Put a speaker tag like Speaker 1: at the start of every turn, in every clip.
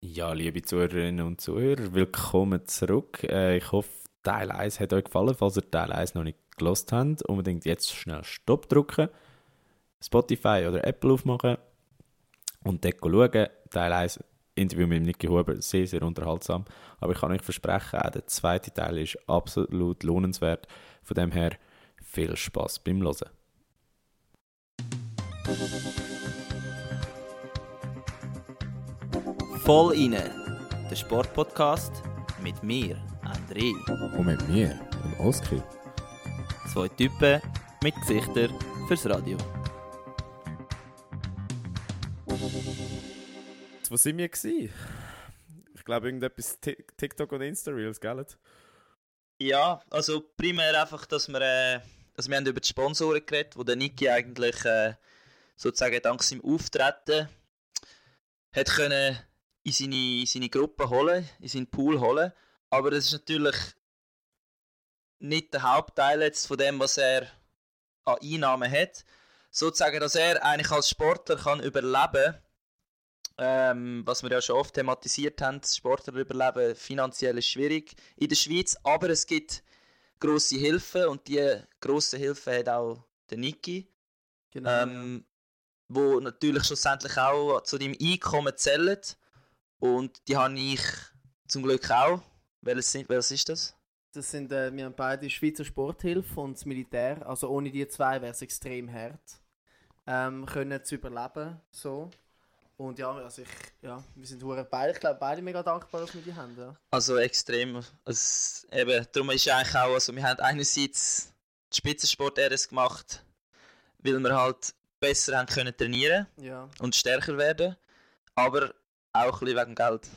Speaker 1: Ja, liebe Zuhörerinnen und Zuhörer, willkommen zurück. Äh, ich hoffe, Teil 1 hat euch gefallen. Falls ihr Teil 1 noch nicht gelost habt, unbedingt jetzt schnell Stopp drücken, Spotify oder Apple aufmachen und dort schauen. Teil 1 Interview mit Niki Huber, sehr, sehr unterhaltsam. Aber ich kann euch versprechen, auch der zweite Teil ist absolut lohnenswert. Von dem her viel Spaß beim Hören.
Speaker 2: Voll inne, der Sportpodcast mit mir, André.
Speaker 3: Und mit mir, dem Oskar.
Speaker 2: Zwei Typen mit Gesichtern fürs Radio.
Speaker 1: Wo sind wir gewesen? Ich glaube, irgendetwas Ti- TikTok und Insta-Reels, gell?
Speaker 2: Ja, also primär einfach, dass wir, äh, also wir haben über die Sponsoren geredet, wo der Niki eigentlich äh, sozusagen dank seinem Auftreten hat können in seine, in seine Gruppe holen, in seinen Pool holen. Aber das ist natürlich nicht der Hauptteil jetzt von dem, was er an Einnahmen hat. Sozusagen, dass er eigentlich als Sportler kann überleben ähm, was wir ja schon oft thematisiert haben, das Sportler überleben finanziell ist schwierig in der Schweiz, aber es gibt grosse Hilfen und die grosse Hilfe hat auch der Niki,
Speaker 4: Genau.
Speaker 2: ähm, wo natürlich schlussendlich auch zu deinem Einkommen zählen und die habe ich zum Glück auch. Welches, sind, welches ist das?
Speaker 4: das sind, äh, wir haben beide Schweizer Sporthilfe und das Militär. Also ohne die zwei wäre es extrem hart. Ähm, können zu überleben. So. Und ja, also ich, ja, wir sind hure beide, ich glaube, beide mega dankbar, dass wir die haben. Ja.
Speaker 2: Also extrem. Also, eben, darum ist eigentlich auch, also wir haben einerseits die Spitzensport RS gemacht, weil wir halt besser haben können trainieren
Speaker 4: ja.
Speaker 2: und stärker werden, aber auch ein bisschen wegen Geld.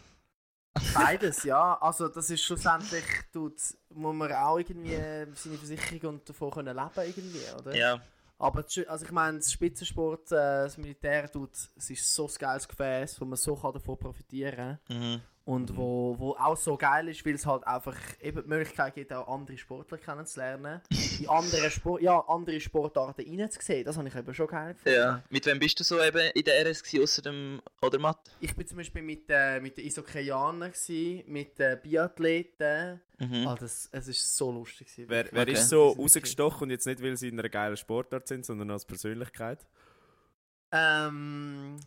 Speaker 4: Beides, ja. Also das ist schlussendlich, tut, muss man auch irgendwie äh, seine Versicherung und davon können leben irgendwie, oder?
Speaker 2: Ja,
Speaker 4: Aber die Schü- also ich meine, das Spitzensport, äh, das Militär tut, es ist so ein geiles Gefäß, wo man so kann davon profitieren kann.
Speaker 2: mhm.
Speaker 4: Und wo, wo auch so geil ist, weil es halt einfach eben die Möglichkeit gibt, auch andere Sportler kennenzulernen. in andere, Sport, ja, andere Sportarten reinzusehen. Das habe ich eben schon geil gefunden.
Speaker 2: ja. Mit wem bist du so eben in der RS gewesen, außer dem Odermatt?
Speaker 4: Ich bin zum Beispiel mit, äh, mit den Isokeianern, gewesen, mit den Biathleten.
Speaker 2: Mhm.
Speaker 4: Ah, das, es ist so lustig. gewesen.
Speaker 1: Wer, wer
Speaker 2: Okay.
Speaker 1: ist so rausgestochen und jetzt nicht, weil sie in einer geilen Sportart sind, sondern als Persönlichkeit?
Speaker 4: Ähm,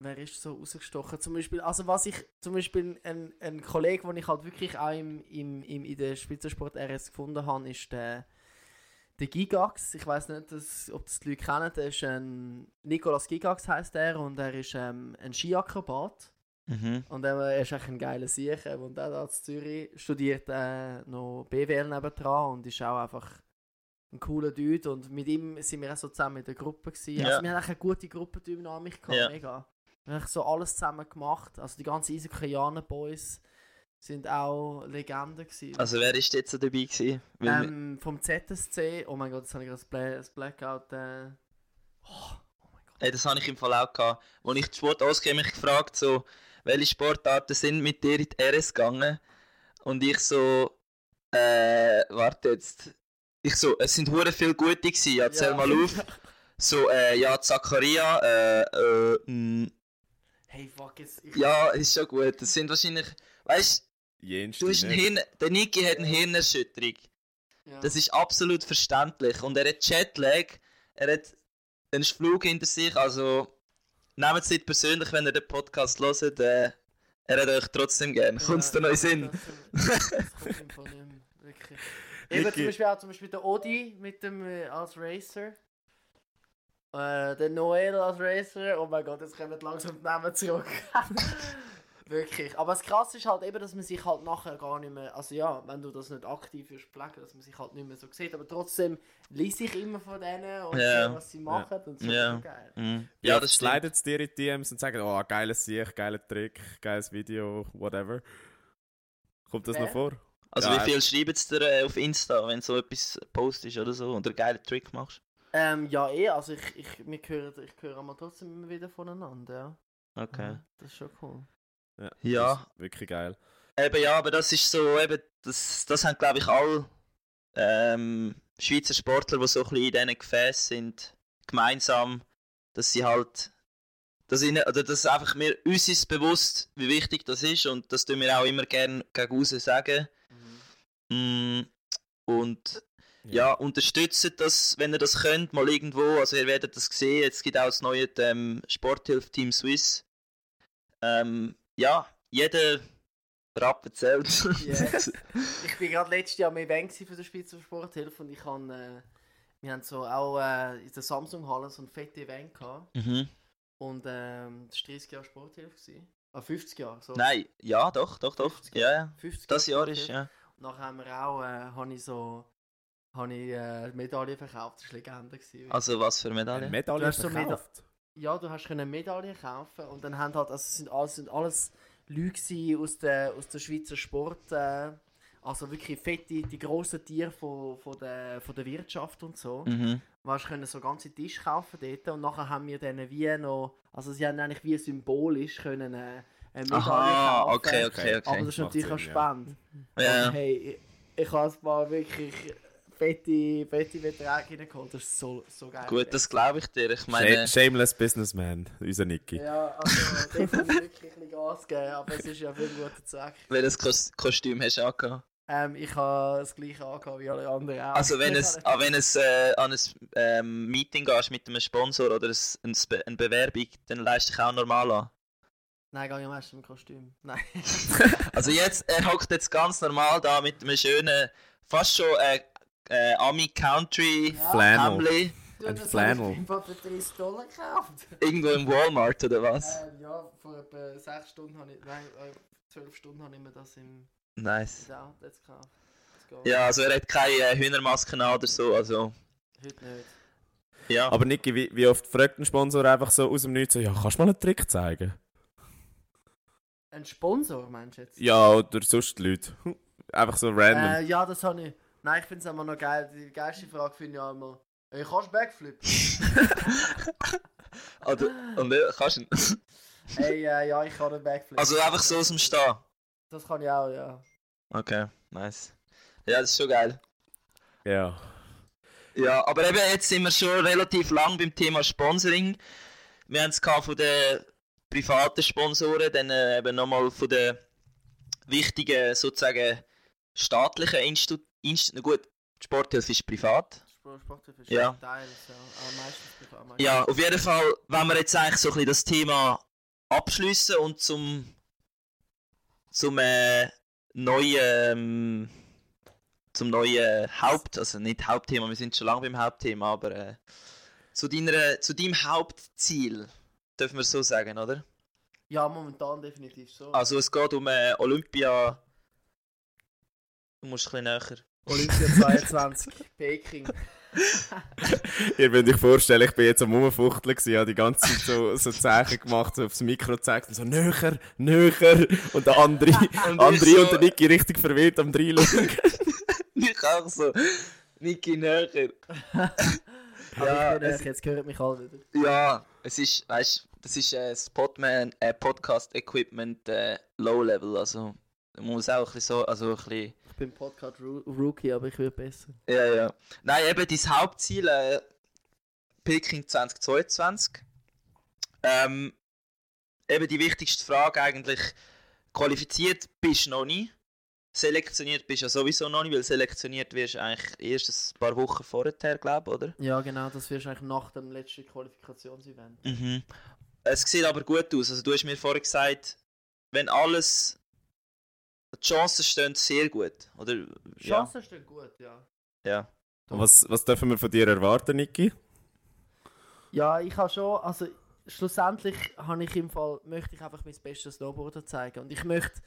Speaker 4: wer ist so rausgestochen? Zum Beispiel, also was ich, zum Beispiel ein, ein Kollege, den ich halt wirklich auch im, im, im, in der Spitzensport RS gefunden habe, ist der, der Gigax. Ich weiß nicht, dass, ob das die Leute kennen. Der ist ein, Nicolas Gigax heißt er und er ist ähm, ein Skiakrobat.
Speaker 2: Mhm.
Speaker 4: Und er er ist echt ein geiler Sieg. Er wohnt auch da in Zürich, studiert äh, noch BWL nebendran und ist auch einfach ein cooler Dude. Und mit ihm sind wir auch so zusammen in der Gruppe. Gewesen.
Speaker 2: Ja.
Speaker 4: Also wir haben echt eine gute Gruppendynamik gehabt,
Speaker 2: Ja.
Speaker 4: mega. Wir haben echt so alles zusammen gemacht. Also die ganzen Isokaianer Boys sind auch Legenden gewesen.
Speaker 2: Also wer ist jetzt so dabei gewesen? Weil
Speaker 4: ähm, vom ZSC, oh mein Gott, jetzt habe ich gerade das, Bla das Blackout. Äh, oh, oh mein Gott.
Speaker 2: Ey, das habe ich im Fall auch gehabt. Als ich die Sport ausgehe, mich gefragt, so, welche Sportarten sind mit dir in die RS gegangen? Und ich so, äh, warte jetzt. Ich so, es sind hure viel gute gewesen, ja, zähl mal auf. So, äh, ja, Zakaria, äh, äh, mh,
Speaker 4: Hey, fuck, jetzt. Ich,
Speaker 2: ja, ist schon gut. Das sind wahrscheinlich, weißt
Speaker 1: Jens,
Speaker 2: du, du hast
Speaker 1: die
Speaker 2: ein
Speaker 1: nicht.
Speaker 2: Hirn, der Niki hat eine Hirnerschütterung.
Speaker 4: ja.
Speaker 2: Das ist absolut verständlich. Und er hat Jetlag, er hat einen Flug hinter sich. Also nehmt es nicht persönlich, wenn ihr den Podcast hört. Äh, er hat euch trotzdem gern. Kommt es dir noch in den Sinn?
Speaker 4: Das, das kommt im Fall nicht mehr, wirklich. Eben
Speaker 1: Niki.
Speaker 4: zum Beispiel auch zum Beispiel der Odi mit dem, äh, als Racer. Äh, der Noel als Racer. Oh mein Gott, jetzt kommen langsam die Namen zurück. wirklich. Aber das Krasse ist halt eben, dass man sich halt nachher gar nicht mehr, also ja, wenn du das nicht aktiv wirst pflegen, dass man sich halt nicht mehr so sieht. Aber trotzdem lese ich immer von denen und
Speaker 2: Ja.
Speaker 4: sehe, was sie machen. Und so
Speaker 2: Ja.
Speaker 4: so geil.
Speaker 2: Ja,
Speaker 1: das
Speaker 2: das stimmt.
Speaker 1: slidet dir in die DMs und sagen, oh, geiles Sieg, geiler Trick, geiles Video, whatever. Kommt das
Speaker 4: Wer?
Speaker 1: noch vor?
Speaker 2: Also
Speaker 1: Ja,
Speaker 2: wie viel schreibt es dir äh, auf Insta, wenn so etwas postest oder so und einen geilen Trick machst?
Speaker 4: Ähm, ja, eh, also ich, ich, wir hören, ich höre aber trotzdem immer wieder voneinander, ja.
Speaker 2: Okay.
Speaker 4: Ja, Das ist schon cool.
Speaker 2: Ja.
Speaker 1: das ist wirklich geil.
Speaker 2: Eben ja, aber das ist so, eben, das, das haben glaube ich alle ähm, Schweizer Sportler, die so ein bisschen in diesen Gefäßen sind, gemeinsam, dass sie halt, dass, ihnen, oder dass einfach mir uns ist bewusst, wie wichtig das ist und das tun wir auch immer gerne gegen aussen sagen.
Speaker 4: Mhm.
Speaker 2: Mm, Und ja, unterstützt das, wenn ihr das könnt, mal irgendwo. Also ihr werdet das sehen, jetzt gibt auch das neue ähm, Sporthilfe Team Swiss. Ähm, ja, jeder Rappen zählt.
Speaker 4: Yes. Ich war gerade letztes Jahr am Event gewesen für die Schweizer Sporthilfe und ich habe, äh, wir haben so auch äh, in der Samsung-Halle so ein fettes Event gehabt.
Speaker 2: mhm.
Speaker 4: Und ähm, das war 30 Jahre Sporthilfe. Gewesen. Ah, 50 Jahre, so.
Speaker 2: Nein, ja, doch, doch, doch. Ja, ja.
Speaker 4: 50
Speaker 2: Das
Speaker 4: Jahre
Speaker 2: Jahr ist, ja.
Speaker 4: Sporthilfe. Nachher haben wir auch, äh, habe ich so, habe ich äh, Medaillen verkauft, das war Legende. Gewesen.
Speaker 2: Also was für Medaille?
Speaker 1: Eine Medaille
Speaker 4: Du hast so Meda-
Speaker 1: verkauft.
Speaker 4: ja, du hast können Medaillen kaufen und dann haben halt, also es sind alles, sind alles Leute gewesen aus der, aus der Schweizer Sport, äh, also wirklich fette, die grossen Tiere von, von, der, von der Wirtschaft und so.
Speaker 2: Mhm.
Speaker 4: Du hast können so ganze Tisch kaufen dort und nachher haben wir denen wie noch, also sie haben eigentlich wie symbolisch können äh, eine Medaille
Speaker 2: Aha,
Speaker 4: kaufen.
Speaker 2: okay, okay,
Speaker 4: Aber
Speaker 2: okay.
Speaker 4: das ist
Speaker 1: Macht
Speaker 4: natürlich auch
Speaker 1: Sinn, ja.
Speaker 4: spannend.
Speaker 2: Ja.
Speaker 4: Und Hey, ich, ich habe ein paar wirklich fette, fette Beträge reingeholt, das ist so, so geil.
Speaker 2: Gut, das glaube ich dir. Ich
Speaker 1: Shame,
Speaker 2: meine,
Speaker 1: shameless Businessman, unser Niki.
Speaker 4: Ja, also dort muss ich wirklich ein bisschen Gas geben, aber es ist ja für einen guten Zweck.
Speaker 2: welches Kos- Kostüm hast du angehabt?
Speaker 4: Ähm, ich habe das gleiche angehabt wie alle anderen auch.
Speaker 2: Also wenn
Speaker 4: Ich
Speaker 2: es,
Speaker 4: habe-
Speaker 2: ah, wenn es äh, an ein ähm, Meeting gehst mit einem Sponsor oder es- ein, Spe- eine Bewerbung, dann leist dich auch normal an.
Speaker 4: Nein, gehe ich am meisten im Kostüm. Nein.
Speaker 2: Also jetzt, er hockt jetzt ganz normal da mit einem schönen, fast schon äh, äh, Ami Country
Speaker 1: Flannel.
Speaker 2: Family
Speaker 4: Du,
Speaker 1: Ein
Speaker 4: das
Speaker 1: Flannel.
Speaker 4: habe ich einfach für 30 Dollar gekauft.
Speaker 2: irgendwo im Walmart oder was?
Speaker 4: Ähm, ja, vor etwa 6 Stunden habe ich, nein, äh, 12 Stunden habe ich mir das im
Speaker 2: Nice.
Speaker 4: Sound jetzt gekauft. Let's go.
Speaker 2: Ja, also er hat keine äh, Hühnermasken an oder so, also
Speaker 4: Heute nicht.
Speaker 2: ja.
Speaker 1: Aber Niki, wie, wie oft fragt ein Sponsor einfach so aus dem Nichts so, ja, kannst du mal einen Trick zeigen?
Speaker 4: Ein Sponsor, meinst du jetzt?
Speaker 1: Ja, oder sonst die Leute. Einfach so random.
Speaker 4: Äh, ja, das habe ich. Nein, ich finde es immer noch geil. Die geilste Frage finde ich auch immer. Ey, kannst du Backflip?
Speaker 2: oder, und, äh, kannst du-
Speaker 4: Ey, äh, ja, ich kann einen Backflip.
Speaker 2: also einfach so aus dem Stehen.
Speaker 4: Das kann ich auch, ja.
Speaker 2: Okay, nice. Ja, das ist schon geil.
Speaker 1: ja.
Speaker 2: Ja, aber eben jetzt sind wir schon relativ lang beim Thema Sponsoring. Wir haben es gehabt von den privaten Sponsoren, dann äh, eben nochmal von den wichtigen sozusagen staatlichen Instituten. Inst Na gut, die Sporthilfe ist privat.
Speaker 4: Sportchef ist
Speaker 2: Ja.
Speaker 4: ein Teil, so. Aber meistens privat. am meisten.
Speaker 2: Ja, auf jeden Fall, wenn wir jetzt eigentlich so ein bisschen das Thema abschließen und zum zum äh, neuen ähm, zum neuen Haupt, also nicht Hauptthema, wir sind schon lange beim Hauptthema, aber äh, zu deiner, zu deinem Hauptziel, dürfen wir so sagen, oder?
Speaker 4: Ja, momentan definitiv so.
Speaker 2: Also es geht um äh, Olympia. Du musst ein bisschen näher.
Speaker 4: Olympia 22, Peking.
Speaker 1: Ihr könnt euch vorstellen, ich bin jetzt am Rumfuchteln, gewesen, habe die ganze Zeit so, so Zeichen gemacht, so aufs Mikro gezeigt und so «Nöcher, nöcher!» Und der andere,
Speaker 2: Und
Speaker 1: andere
Speaker 2: ich so-
Speaker 1: und der Niki richtig verwirrt am Dreilucken.
Speaker 2: Ich auch so. Niki näher.
Speaker 4: Aber
Speaker 2: Ja,
Speaker 4: ich bin
Speaker 2: Ah, es-
Speaker 4: euch, jetzt gehört mich alle wieder.
Speaker 2: Ja, es ist, weißt das ist äh, Spotman, äh, Podcast Equipment äh, Low Level, also man muss auch ein bisschen so, also ein bisschen,
Speaker 4: Ich bin Podcast Ru Rookie, aber ich werde besser.
Speaker 2: ja, ja. Nein, eben dein Hauptziel, äh, Peking 2022. Ähm, eben die wichtigste Frage eigentlich, qualifiziert bist du noch nie, selektioniert bist du ja sowieso noch nicht, weil selektioniert wirst du eigentlich erst ein paar Wochen vorher, glaube ich, oder?
Speaker 4: Ja, genau, das wirst du eigentlich nach dem letzten Qualifikationsevent.
Speaker 2: Mhm. Es sieht aber gut aus. Also du hast mir vorher gesagt, wenn alles. Die Chancen stehen sehr gut. Oder? Ja.
Speaker 4: Chancen stehen gut, ja.
Speaker 2: ja.
Speaker 1: Und Was, was dürfen wir von dir erwarten, Niki?
Speaker 4: Ja, ich habe schon, also schlussendlich habe ich im Fall, möchte ich einfach mein bestes Snowboarden zeigen und ich möchte,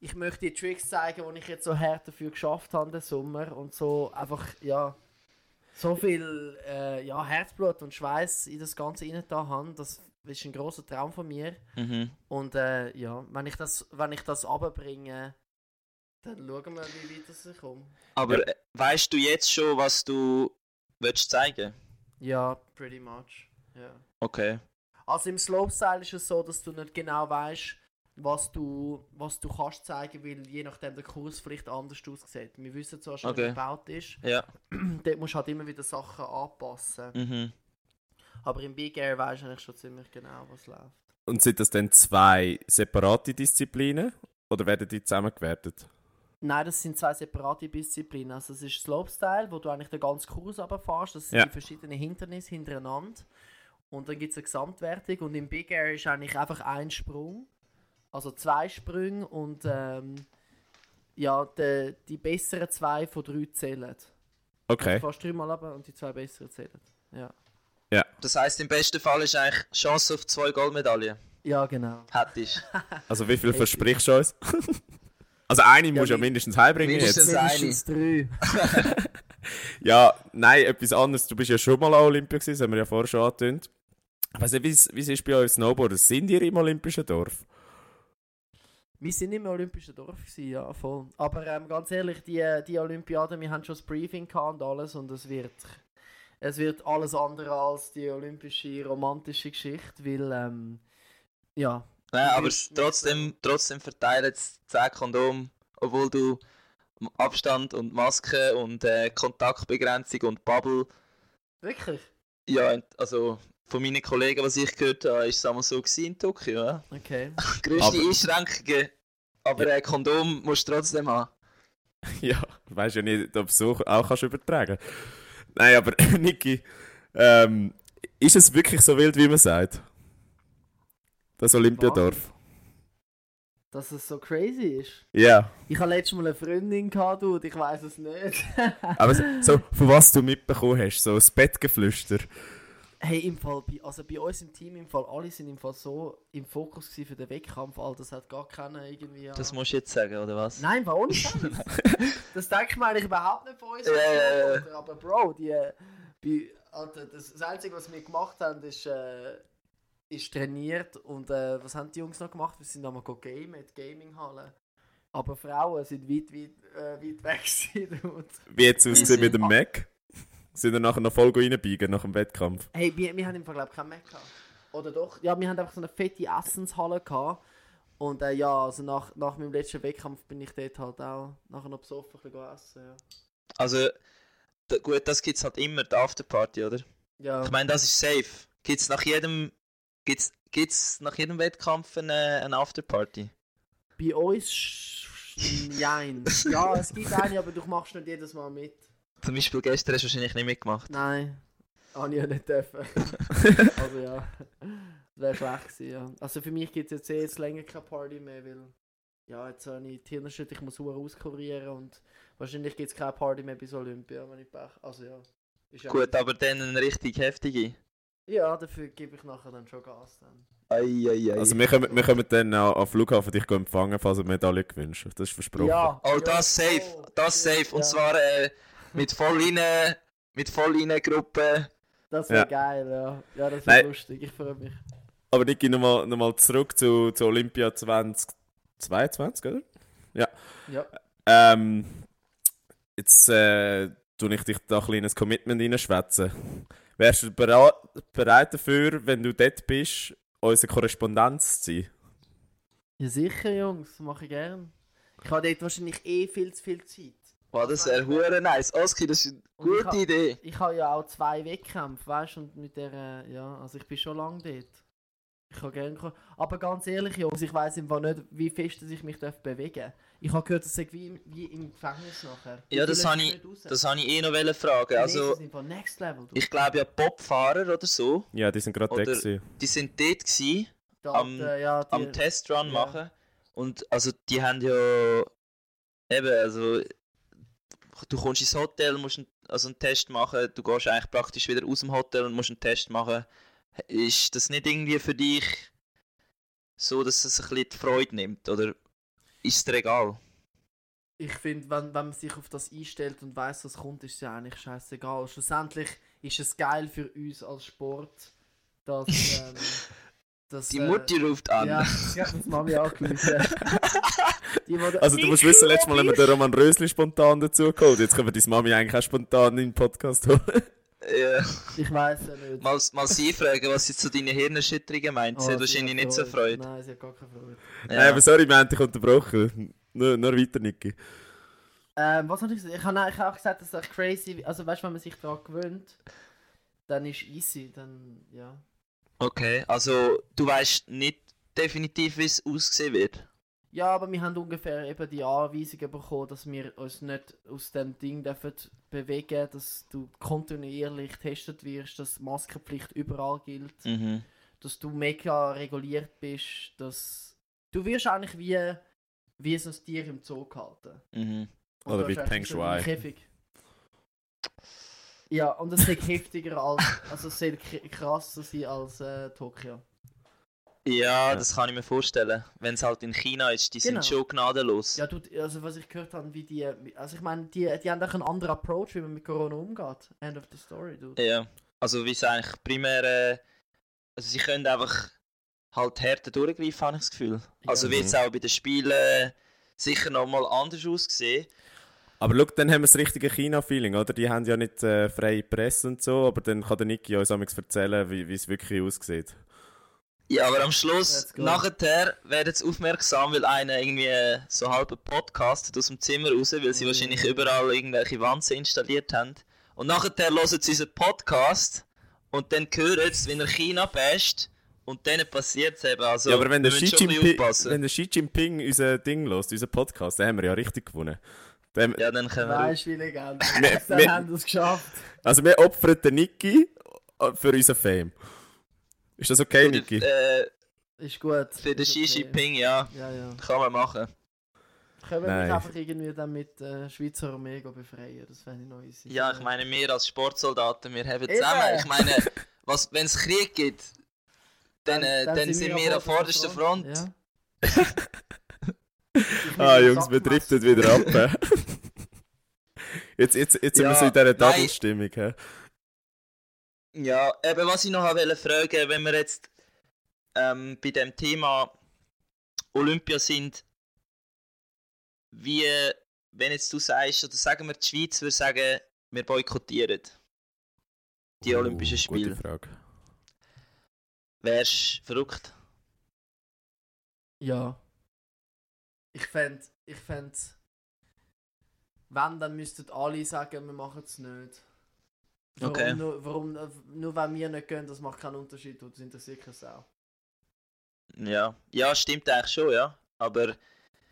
Speaker 4: ich möchte die Tricks zeigen, die ich jetzt so hart dafür geschafft habe den Sommer und so einfach, ja, so viel äh, ja, Herzblut und Schweiß in das Ganze rein da habe, das ist ein großer Traum von mir
Speaker 2: Mhm.
Speaker 4: und äh, ja, wenn ich das, wenn ich das runterbringe, dann schauen wir, wie weit das ich komme.
Speaker 2: Aber äh, weißt du jetzt schon, was du willst zeigen?
Speaker 4: Ja, pretty much, ja.
Speaker 2: Okay.
Speaker 4: Also im Slopestyle ist es so, dass du nicht genau weißt, was du, was du kannst zeigen, weil je nachdem der Kurs vielleicht anders aussieht. Wir wissen zwar schon, wie
Speaker 2: Okay.
Speaker 4: er gebaut ist,
Speaker 2: Ja.
Speaker 4: dort musst du halt immer wieder Sachen anpassen.
Speaker 2: Mhm.
Speaker 4: Aber im Big Air weißt du eigentlich schon ziemlich genau, was läuft.
Speaker 1: Und sind das dann zwei separate Disziplinen oder werden die zusammen gewertet?
Speaker 4: Nein, das sind zwei separate Disziplinen. Also es ist Slopestyle, wo du eigentlich den ganzen Kurs runterfährst. Das sind
Speaker 1: Ja.
Speaker 4: die verschiedenen Hindernisse hintereinander. Und dann gibt es eine Gesamtwertung. Und im Big Air ist eigentlich einfach ein Sprung. Also zwei Sprünge und ähm, ja, de, die besseren zwei von drei zählen. Du
Speaker 1: Okay.
Speaker 4: fährst dreimal runter und die zwei besseren zählen. Ja,
Speaker 2: Das heisst, im besten Fall ist eigentlich Chance auf zwei Goldmedaillen.
Speaker 4: ja genau.
Speaker 2: Hättest
Speaker 1: Also wie viel versprichst du uns? also eine musst du ja
Speaker 4: wie-
Speaker 1: mindestens heimbringen
Speaker 2: Mindestens
Speaker 1: jetzt.
Speaker 2: Das eine.
Speaker 4: Mindestens drei.
Speaker 1: Ja, nein, etwas anderes. Du bist ja schon mal an Olympia gewesen, das haben wir ja vorher schon angetönt. Ich weiss nicht, wie es- wie es ist bei euch Snowboarders? Sind ihr im Olympischen Dorf?
Speaker 4: Wir sind im Olympischen Dorf, gewesen, ja, voll. Aber ähm, ganz ehrlich, die, die Olympiade, wir haben schon das Briefing gehabt und alles und es wird, es wird alles andere als die olympische romantische Geschichte, weil, ähm, ja,
Speaker 2: Nein,
Speaker 4: Du
Speaker 2: aber
Speaker 4: bist
Speaker 2: es- trotzdem, trotzdem verteilen sie 10 Kondom, obwohl du M- Abstand und Maske und äh, Kontaktbegrenzung und Bubble.
Speaker 4: wirklich.
Speaker 2: Ja, und- also von meinen Kollegen, was ich gehört habe, ist es einmal so gewesen in Tokio. Ja?
Speaker 4: Okay.
Speaker 2: Größte
Speaker 1: Aber-
Speaker 2: Einschränkungen, aber ein Kondom musst du trotzdem haben.
Speaker 1: Ja, weiß ja nicht, ob du so auch kannst übertragen Nein, aber Niki, ähm, ist es wirklich so wild, wie man sagt? Das Olympiadorf.
Speaker 4: Dass es so crazy ist.
Speaker 1: Ja,
Speaker 4: Ich hatte letztes Mal eine Freundin gehabt, du, und ich weiß es nicht.
Speaker 1: aber so- so, von was du mitbekommen hast, so das Bettgeflüster.
Speaker 4: Hey, im Fall, bei, also bei uns im Team, im Fall, alle sind im Fall so im Fokus gewesen für den Wettkampf, all das hat gar keiner irgendwie. an-
Speaker 2: Das musst du jetzt sagen, oder was?
Speaker 4: Nein, war ohne Scheiß. das denkt man eigentlich überhaupt nicht von uns.
Speaker 2: Ja, ja, ja.
Speaker 4: Aber Bro, die, äh, bei, Alter, das, das Einzige, was wir gemacht haben, ist, äh, ist trainiert. Und äh, was haben die Jungs noch gemacht? Wir sind einmal go gamen, in die Gaminghalle. Aber Frauen sind weit, weit, äh, weit weg. gewesen, Und,
Speaker 1: Wie jetzt ausgesehen
Speaker 2: Easy.
Speaker 1: mit dem Mac? Sind wir nachher noch voll reinbiegen nach dem Wettkampf?
Speaker 4: hey, wir, wir haben im Fall, glaube ich, keinen Mac gehabt. Oder doch? Ja, wir haben einfach so eine fette Essenshalle gehabt. Und äh, ja, also nach, nach meinem letzten Wettkampf bin ich dort halt auch nachher noch besoffen ein bisschen go essen. Ja.
Speaker 2: Also, d- gut, das gibt es halt immer, die Afterparty, oder?
Speaker 4: Ja.
Speaker 2: Ich meine, das ist safe. Gibt es nach jedem. Gibt's, gibt's nach jedem Wettkampf eine, eine Afterparty?
Speaker 4: Bei uns sch- nein. Ja, es gibt eine, aber du machst nicht jedes Mal mit.
Speaker 2: Zum Beispiel gestern hast du wahrscheinlich nicht mitgemacht.
Speaker 4: Nein. Habe ich ja nicht dürfen. also ja. Das wäre schlecht gewesen, ja. Also für mich gibt es jetzt eh jetzt länger keine Party mehr, weil... Ja, jetzt habe ich die Hirnerschütterung, ich muss Uhr auskurieren und... Wahrscheinlich gibt es keine Party mehr bis Olympia, wenn ich Pech... Also ja. Ist ja
Speaker 2: Gut, aber dann eine richtig heftige.
Speaker 4: Ja, dafür gebe ich nachher dann schon Gas dann.
Speaker 2: Eieiei.
Speaker 1: Also wir können, wir können dann auch am Flughafen dich empfangen, falls du eine Medaille gewünscht. Das ist versprochen.
Speaker 2: oh, das safe, das safe. Und zwar äh, mit voll rein, mit voll rein Gruppe.
Speaker 4: Das wäre
Speaker 1: Ja.
Speaker 4: geil, ja. Ja, das
Speaker 1: Nein.
Speaker 4: wäre lustig, ich freue mich.
Speaker 1: Aber Niki, nochmal noch mal zurück zu, zu Olympia 2022, oder?
Speaker 4: Ja.
Speaker 1: Ähm, jetzt äh, tue ich dich da ein kleines Commitment reinschwätzen. Wärst du bera- bereit dafür, wenn du dort bist, unsere Korrespondenz zu sein?
Speaker 4: Ja sicher, Jungs, mache ich gern. Ich habe dort wahrscheinlich eh viel zu viel Zeit.
Speaker 2: Wow, das wäre hure nice. Oh, Oski, das ist eine
Speaker 4: Und ich
Speaker 2: gute
Speaker 4: hab-
Speaker 2: Idee.
Speaker 4: Ich habe ja auch zwei Wettkämpfe, weißt du, und mit der, äh, ja, also ich bin schon lange dort. Ich kann gerne kommen. Aber ganz ehrlich, Jungs, ich weiß einfach nicht, wie fest dass ich mich darf bewegen darf. Ich habe gehört, das sei wie, im- wie im Gefängnis nachher.
Speaker 2: Ja, das habe ich, das habe ich eh noch wollen fragen.
Speaker 4: also... Das
Speaker 2: Also,
Speaker 4: ist einfach Next Level, du.
Speaker 2: ich glaube ja, Bobfahrer oder so,
Speaker 1: Ja, die sind gerade
Speaker 2: Oder-
Speaker 1: dort. gewesen.
Speaker 2: die sind dort gewesen,
Speaker 4: da,
Speaker 2: am-
Speaker 4: äh, ja, die,
Speaker 2: am Testrun
Speaker 4: ja.
Speaker 2: machen. Und also, die haben ja. Eben, also. Du kommst ins Hotel, musst einen, also einen Test machen, du gehst eigentlich praktisch wieder aus dem Hotel und musst einen Test machen. Ist das nicht irgendwie für dich so, dass es ein bisschen die Freude nimmt? Oder ist es dir egal?
Speaker 4: Ich finde, wenn, wenn man sich auf das einstellt und weiß, was kommt, ist es ja eigentlich scheißegal. Schlussendlich ist es geil für uns als Sport, dass. Ähm, dass
Speaker 2: Die
Speaker 4: äh,
Speaker 2: Mutti ruft an.
Speaker 4: Ja, ich habe das Mami angerufen. die, die,
Speaker 1: Also du musst wissen, letztes Mal haben wir den Roman Rösli spontan dazugeholt. Jetzt können wir deine Mami eigentlich auch spontan in den Podcast holen.
Speaker 2: Ja.
Speaker 4: Ich weiß ja nicht.
Speaker 2: Mal, mal sie fragen, was sie zu deinen Hirnerschütterungen meint.
Speaker 4: Oh,
Speaker 2: sie hat
Speaker 4: sie
Speaker 2: wahrscheinlich
Speaker 4: hat
Speaker 2: nicht so Freude.
Speaker 4: Nein, sie hat gar keine Freude.
Speaker 1: Nein,
Speaker 2: Ja.
Speaker 1: aber sorry, wir haben dich unterbrochen. Nur, nur weiter, Niki.
Speaker 4: Ähm, was habe ich gesagt? Ich habe eigentlich auch gesagt, dass das crazy Also weißt du, wenn man sich daran gewöhnt, dann ist easy. Dann, ja.
Speaker 2: Okay, also du weißt nicht definitiv, wie es aussehen wird.
Speaker 4: Ja, aber wir haben ungefähr eben die Anweisungen bekommen, dass wir uns nicht aus dem Ding dürfen bewegen, dass du kontinuierlich getestet wirst, dass die Maskenpflicht überall gilt,
Speaker 2: Mhm.
Speaker 4: dass du mega reguliert bist, dass du wirst eigentlich wie wie so ein Tier im Zoo gehalten.
Speaker 2: Mhm.
Speaker 4: Und
Speaker 1: Oder
Speaker 4: du
Speaker 1: wie
Speaker 4: hast
Speaker 1: Peng
Speaker 4: eigentlich so einen
Speaker 1: Shui.
Speaker 4: Käfig. Ja, und es sieht heftiger als, also es sieht kr- krasser sein als äh, Tokio.
Speaker 2: Ja,
Speaker 1: Ja.
Speaker 2: das kann ich mir vorstellen. Wenn es halt in China ist, die
Speaker 4: Genau.
Speaker 2: sind schon gnadenlos.
Speaker 4: Ja, du, also was ich gehört habe, wie die, also ich meine, die, die haben auch einen anderen Approach, wie man mit Corona umgeht. End of the story, du.
Speaker 2: Ja, also wie es eigentlich primär. Äh, also sie können einfach halt härter durchgreifen, habe ich das Gefühl. Also
Speaker 4: Ja.
Speaker 2: wird es auch bei den Spielen äh, sicher nochmal anders aussehen.
Speaker 1: Aber schau, dann haben wir das richtige China-Feeling, oder? Die haben ja nicht äh, freie Presse und so, aber dann kann der Niki uns amigs erzählen, wie wie es wirklich aussieht.
Speaker 2: Ja, aber am
Speaker 4: Let's
Speaker 2: Schluss,
Speaker 4: go.
Speaker 2: nachher werden sie aufmerksam, weil einer irgendwie äh, so halb einen Podcast hat aus dem Zimmer raus, weil sie
Speaker 4: Mm.
Speaker 2: wahrscheinlich überall irgendwelche Wanzen installiert haben. Und nachher hören sie unseren Podcast und dann hören sie, wenn er China basht und dann passiert es eben. Also,
Speaker 1: ja, aber wenn der,
Speaker 2: wir
Speaker 1: Xi
Speaker 2: müssen schon ein bisschen
Speaker 1: Jinping,
Speaker 2: aufpassen.
Speaker 1: wenn der Xi Jinping unser Ding lost, unseren Podcast, dann haben wir ja richtig gewonnen. Dann,
Speaker 2: Ja, dann können wir.
Speaker 4: Weißt du, wie Legende.
Speaker 1: Wir-
Speaker 4: Dann
Speaker 1: wir-
Speaker 4: Also, haben wir es geschafft.
Speaker 1: Also wir opfern den Niki äh, für unseren Fame. Ist das okay,
Speaker 2: Für,
Speaker 1: Niki?
Speaker 2: den- äh,
Speaker 4: Ist gut.
Speaker 2: für den
Speaker 4: Ist
Speaker 2: Xi
Speaker 4: okay.
Speaker 2: Jinping, ja,
Speaker 4: Ja, ja.
Speaker 2: kann man machen.
Speaker 4: Können wir
Speaker 1: Nein.
Speaker 4: uns einfach irgendwie dann mit äh, Schweizer Omega befreien? Das fände ich noch easy.
Speaker 2: Ja, ich meine, wir als Sportsoldaten, wir haben
Speaker 4: Eben.
Speaker 2: zusammen. Ich meine, was, wenn es Krieg gibt, dann, äh, dann, sind wir an vorderster Front.
Speaker 4: Ja.
Speaker 1: ah, Jungs, wir driften wieder ab. hä? jetzt jetzt, jetzt sind
Speaker 2: Ja,
Speaker 1: wir so in dieser
Speaker 2: nein.
Speaker 1: Doppelstimmung. hä?
Speaker 2: Ja, eben was ich noch wollte fragen, wenn wir jetzt ähm, bei dem Thema Olympia sind, wie, wenn jetzt du sagst, oder sagen wir, die Schweiz würde sagen, wir boykottieren die Olympischen
Speaker 1: Oh,
Speaker 2: Spiele,
Speaker 1: Gute Frage.
Speaker 2: wärst du verrückt?
Speaker 4: Ja. Ich fände, ich fänd, wenn, dann müssten alle sagen, wir machen es nicht. Warum,
Speaker 2: Okay.
Speaker 4: nur, warum, äh, nur wenn wir nicht gehen, das macht keinen Unterschied, und das interessiert keine Sau.
Speaker 2: Ja, ja, stimmt eigentlich schon, ja. Aber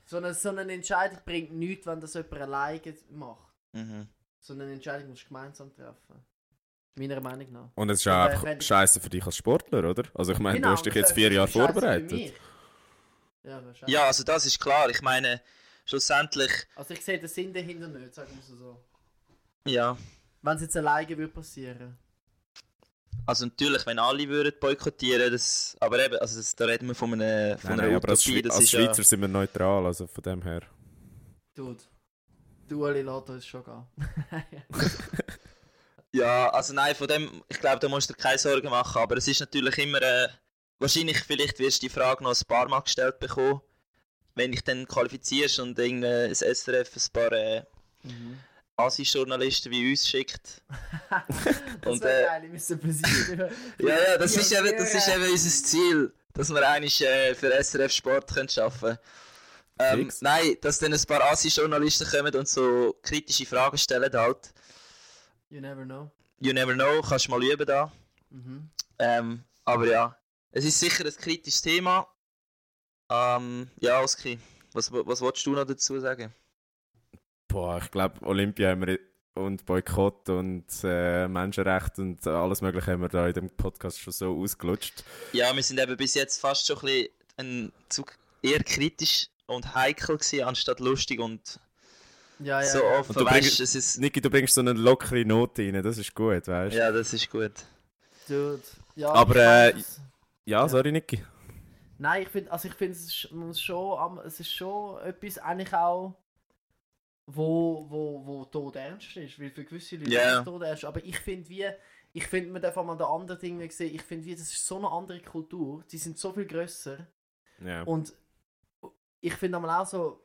Speaker 4: So eine, so eine Entscheidung bringt nichts, wenn das jemand alleine macht.
Speaker 2: Mhm.
Speaker 4: So eine Entscheidung musst du gemeinsam treffen. Meiner Meinung nach.
Speaker 1: Und es ist auch
Speaker 4: Aber wenn- Genau,
Speaker 1: einfach scheiße für dich als Sportler, oder? Also ich meine, du hast dich jetzt vier Jahre
Speaker 4: Scheiße für
Speaker 1: vorbereitet.
Speaker 4: mich. Ja, wahrscheinlich.
Speaker 2: ja, also das ist klar. Ich meine, schlussendlich,
Speaker 4: Also ich sehe den Sinn dahinter nicht, sagen wir es so.
Speaker 2: ja.
Speaker 4: Wenn es jetzt alleine würde passieren.
Speaker 2: Also natürlich, wenn alle würden boykottieren, das, aber eben, also das, da reden wir von einer, von
Speaker 1: Nein,
Speaker 2: einer
Speaker 1: nein, aber als,
Speaker 2: Utopie,
Speaker 1: Schwe als Schweizer sind wir neutral, also von dem her.
Speaker 4: Dude. Du alle lässt uns schon gehen.
Speaker 2: Ja, also nein, von dem, ich glaube, da musst du dir keine Sorgen machen, aber es ist natürlich immer, äh, wahrscheinlich, vielleicht wirst du die Frage noch ein paar Mal gestellt bekommen, wenn dich dann qualifizierst und irgendein SRF ein paar äh,
Speaker 4: Mhm.
Speaker 2: Asi-Journalisten wie uns schickt.
Speaker 4: das
Speaker 2: Und,
Speaker 4: wäre
Speaker 2: äh,
Speaker 4: geil, ich müsste besiegen.
Speaker 2: Ja, ja, das,
Speaker 4: Ja,
Speaker 2: ist, eben, das ist
Speaker 4: ja.
Speaker 2: eben unser Ziel, dass wir eigentlich äh, für SRF Sport können arbeiten können. Ähm,
Speaker 1: Fix.
Speaker 2: nein, dass dann ein paar Asi-Journalisten kommen und so kritische Fragen stellen halt.
Speaker 4: You never know.
Speaker 2: You never know, kannst du mal üben da.
Speaker 4: Mhm.
Speaker 2: Ähm, aber ja, es ist sicher ein kritisches Thema. Ähm, ja, Oski, was, was willst du noch dazu sagen?
Speaker 1: Boah, ich glaube, Olympia haben wir und Boykott und äh, Menschenrechte und alles mögliche haben wir da in dem Podcast schon so ausgelutscht.
Speaker 2: Ja, wir sind eben bis jetzt fast schon ein, bisschen ein zu eher kritisch und heikel gewesen, anstatt lustig und
Speaker 4: Ah, Ja, ja.
Speaker 2: so
Speaker 4: ja.
Speaker 2: offen.
Speaker 1: Und du
Speaker 2: weißt,
Speaker 1: bringst-
Speaker 2: es ist,
Speaker 1: Niki, du bringst so eine lockere Note rein, das ist gut, weißt du? Ja.
Speaker 2: ja, das ist gut.
Speaker 4: Dude. Ja,
Speaker 1: Aber,
Speaker 4: ich weiß
Speaker 1: äh,
Speaker 4: es.
Speaker 1: sorry, Niki.
Speaker 4: Nein, ich finde, also ich finde, es ist, man muss schon, am- es ist schon etwas eigentlich auch, wo, wo, wo tot ernst ist, weil für gewisse Leute
Speaker 2: Ja.
Speaker 4: ist es tot ernst. Aber ich finde wie, ich finde, man darf auch mal den anderen Dingen sehen, ich finde wie, das ist so eine andere Kultur, die sind so viel grösser
Speaker 1: Ja.
Speaker 4: und ich finde einmal auch so,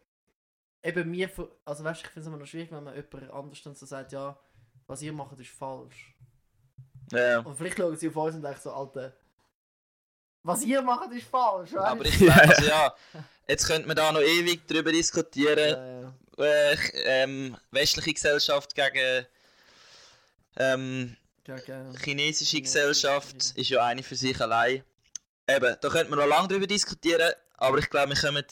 Speaker 4: eben mir, ver- also weißt du, ich finde es immer noch schwierig, wenn man jemand anders dann so sagt, ja, was ihr macht, ist falsch.
Speaker 2: Ja.
Speaker 4: Und vielleicht schauen sie auf uns und denken so, Alter, was ihr macht, ist falsch, weißt
Speaker 2: Aber ich glaube, also, ja, jetzt könnte man da noch ewig drüber diskutieren.
Speaker 4: Ja, ja.
Speaker 2: äh, ähm, westliche Gesellschaft gegen ähm,
Speaker 4: Ja, genau.
Speaker 2: chinesische Gesellschaft ist ja eine für sich allein. Eben, da könnte man noch lange drüber diskutieren, aber ich glaube, wir kommen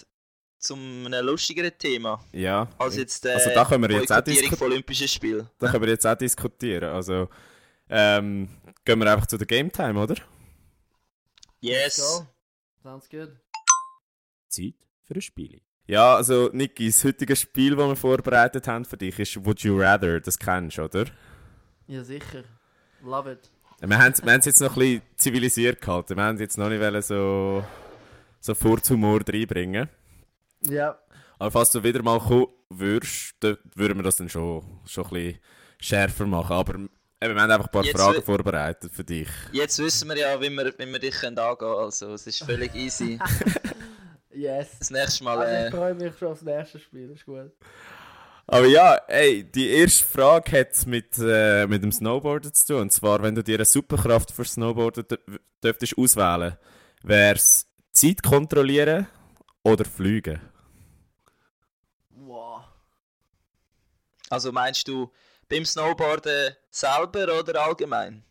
Speaker 2: zu einem lustigeren Thema
Speaker 1: Ja,
Speaker 2: als jetzt äh,
Speaker 1: also da können wir jetzt auch
Speaker 2: Boykottierung
Speaker 1: diskutieren.
Speaker 2: von Olympischen Spielen.
Speaker 1: Da können wir jetzt auch diskutieren. Also, ähm, gehen wir einfach zu der Game Time, oder?
Speaker 2: Yes!
Speaker 4: Go. Sounds good.
Speaker 1: Zeit für ein Spiel. Ja, also Niki, das heutige Spiel, das wir vorbereitet haben für dich, ist Would You Rather. Das kennst du, oder?
Speaker 4: Ja, sicher. Love it.
Speaker 1: Wir haben es wir haben's jetzt noch ein bisschen zivilisiert gehalten. Wir haben jetzt noch nicht wollen so, so Furzhumor reinbringen.
Speaker 4: Ja.
Speaker 1: Aber falls du wieder mal kommen würdest, dann würden wir das dann schon, schon ein bisschen schärfer machen. Aber eben, wir haben einfach ein paar
Speaker 2: Jetzt
Speaker 1: Fragen
Speaker 2: wür-
Speaker 1: vorbereitet für dich.
Speaker 2: Jetzt wissen wir ja, wie wir, wie wir dich können angehen können. Also, es ist völlig easy.
Speaker 4: Yes.
Speaker 2: Das nächste Mal.
Speaker 4: Also ich
Speaker 2: Äh,
Speaker 4: freue mich schon aufs nächste Spiel, ist gut.
Speaker 1: Aber ja, ey, die erste Frage hat mit, äh, mit dem Snowboarden zu tun. Und zwar, wenn du dir eine Superkraft für Snowboarden dür- dürftest auswählen, wär's Zeit kontrollieren oder fliegen?
Speaker 4: Wow.
Speaker 2: also, meinst du beim Snowboarden selber oder allgemein?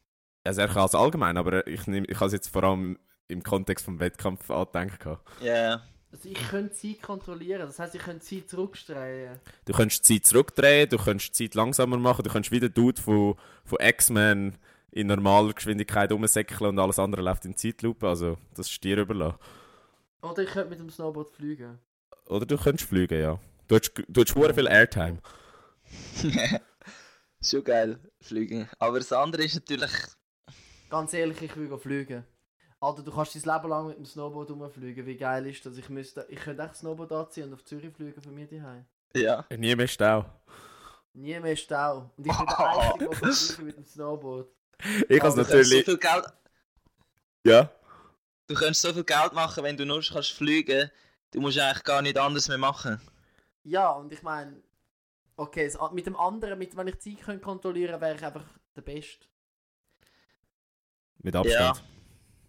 Speaker 1: Also er kann es allgemein, aber ich, nehm- ich habe es jetzt vor allem im Kontext vom Wettkampf angedenkt. gehabt.
Speaker 2: Ja. Yeah.
Speaker 4: Also ich könnte Zeit kontrollieren, das heisst, ich könnte Zeit zurückstreuen.
Speaker 1: Du könntest die Zeit zurückdrehen, du könntest die Zeit langsamer machen, du könntest wieder Dude von, von X-Men in normaler Geschwindigkeit rumsäckeln und alles andere läuft in Zeitlupe. Also das ist dir überlassen.
Speaker 4: Oder ich könnte mit dem Snowboard fliegen.
Speaker 1: Oder du könntest fliegen, ja. Du hast, du hast hure viel Airtime.
Speaker 2: Schon geil, Fliegen. Aber das andere ist natürlich.
Speaker 4: Ganz ehrlich, ich will go fliegen. Alter, du kannst dein Leben lang mit dem Snowboard rumfliegen. Wie geil ist das? Ich, müsste, ich könnte echt Snowboard anziehen und auf Zürich fliegen von mir daheim.
Speaker 2: Ja.
Speaker 1: Nie mehr Stau.
Speaker 4: Nie mehr Stau. Und ich bin der Einzige, der kann fliegen mit dem Snowboard.
Speaker 1: Ich habe
Speaker 4: Aber
Speaker 2: Du kannst, so
Speaker 1: natürlich.
Speaker 2: viel Geld,
Speaker 1: Ja.
Speaker 2: du kannst so viel Geld machen, wenn du nur kannst fliegen Du musst eigentlich gar nichts anderes mehr machen.
Speaker 4: Ja, und ich meine, okay, das a- mit dem anderen, mit wenn ich die Zeit könnte kontrollieren könnte, wäre ich einfach der Beste.
Speaker 1: Mit Abstand.